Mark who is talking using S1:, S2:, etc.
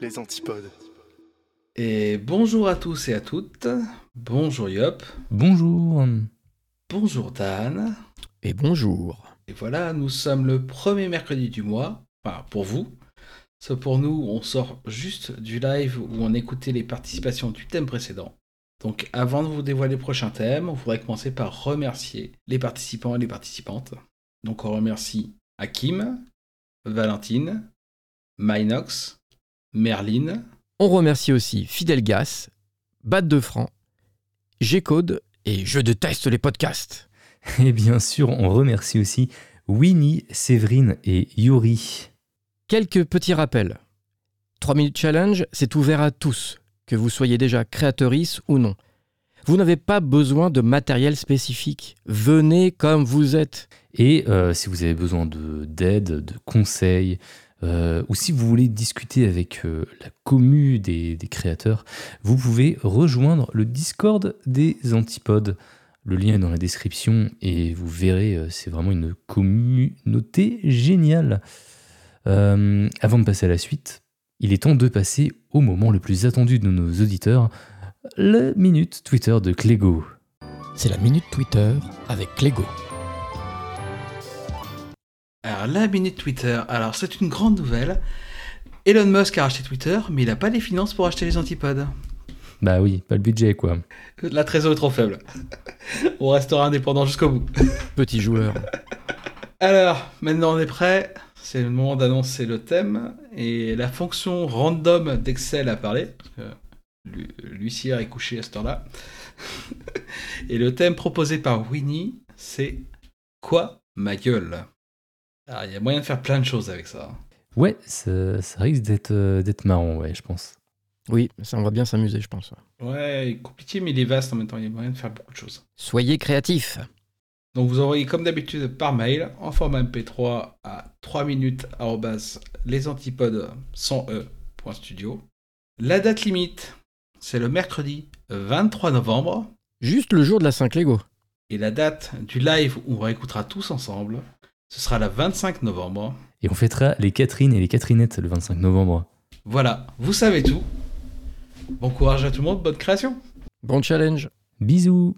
S1: les antipodes.
S2: Et bonjour à tous et à toutes. Bonjour Yop.
S3: Bonjour.
S2: Bonjour Dan.
S4: Et bonjour.
S2: Et voilà, nous sommes le premier mercredi du mois. Enfin, pour vous. Ça pour nous, on sort juste du live où on écoutait les participations du thème précédent. Donc avant de vous dévoiler le prochain thème, on voudrait commencer par remercier les participants et les participantes. Donc on remercie Hakim, Valentine, Mynox, Merlin.
S4: On remercie aussi Fidelgas, Bat de Franc, G-Code et Je déteste les podcasts.
S3: Et bien sûr, on remercie aussi Winnie, Séverine et Yuri.
S4: Quelques petits rappels. 3 minutes challenge, c'est ouvert à tous, que vous soyez déjà créatrice ou non. Vous n'avez pas besoin de matériel spécifique. Venez comme vous êtes.
S3: Et euh, si vous avez besoin de- d'aide, de, conseils, euh, ou si vous voulez discuter avec euh, la commu des, des créateurs, vous pouvez rejoindre le Discord des Antipodes. Le lien est dans la description et vous verrez, euh, c'est vraiment une communauté géniale. Euh, avant de passer à la suite, il est temps de passer au moment le plus attendu de nos auditeurs, la minute Twitter de Clégo.
S4: C'est la minute Twitter avec Clégo.
S2: Alors la minute Twitter, alors c'est une grande nouvelle. Elon Musk a racheté Twitter, mais il n'a pas les finances pour acheter les antipodes.
S3: Bah oui, pas le budget quoi.
S2: La trésor est trop faible. on restera indépendant jusqu'au bout.
S4: Petit joueur.
S2: Alors, maintenant on est prêt. C'est le moment d'annoncer le thème. Et la fonction random d'Excel a parlé. parce que Lu- L'huissière est couchée à cette heure-là. et le thème proposé par Winnie, c'est Quoi ma gueule Alors, il y a moyen de faire plein de choses avec ça.
S3: Ouais, ça, ça risque d'être euh, d'être marrant, ouais, je pense.
S4: Oui, ça on va bien s'amuser, je pense.
S2: Ouais, il est compliqué, mais il est vaste en même temps. Il y a moyen de faire beaucoup de choses.
S4: Soyez créatifs.
S2: Donc vous envoyez comme d'habitude par mail en format MP3 à 3 minutes arrobase lesantipodes sans e point studio. La date limite, c'est le mercredi 23 novembre.
S4: Juste le jour de la Saint-Clégo.
S2: Et la date du live où on réécoutera tous ensemble, ce sera le 25 novembre.
S3: Et on fêtera les Catherine et les Catherinettes le 25 novembre.
S2: Voilà, vous savez tout. Bon courage à tout le monde, bonne création
S4: Bon challenge.
S3: Bisous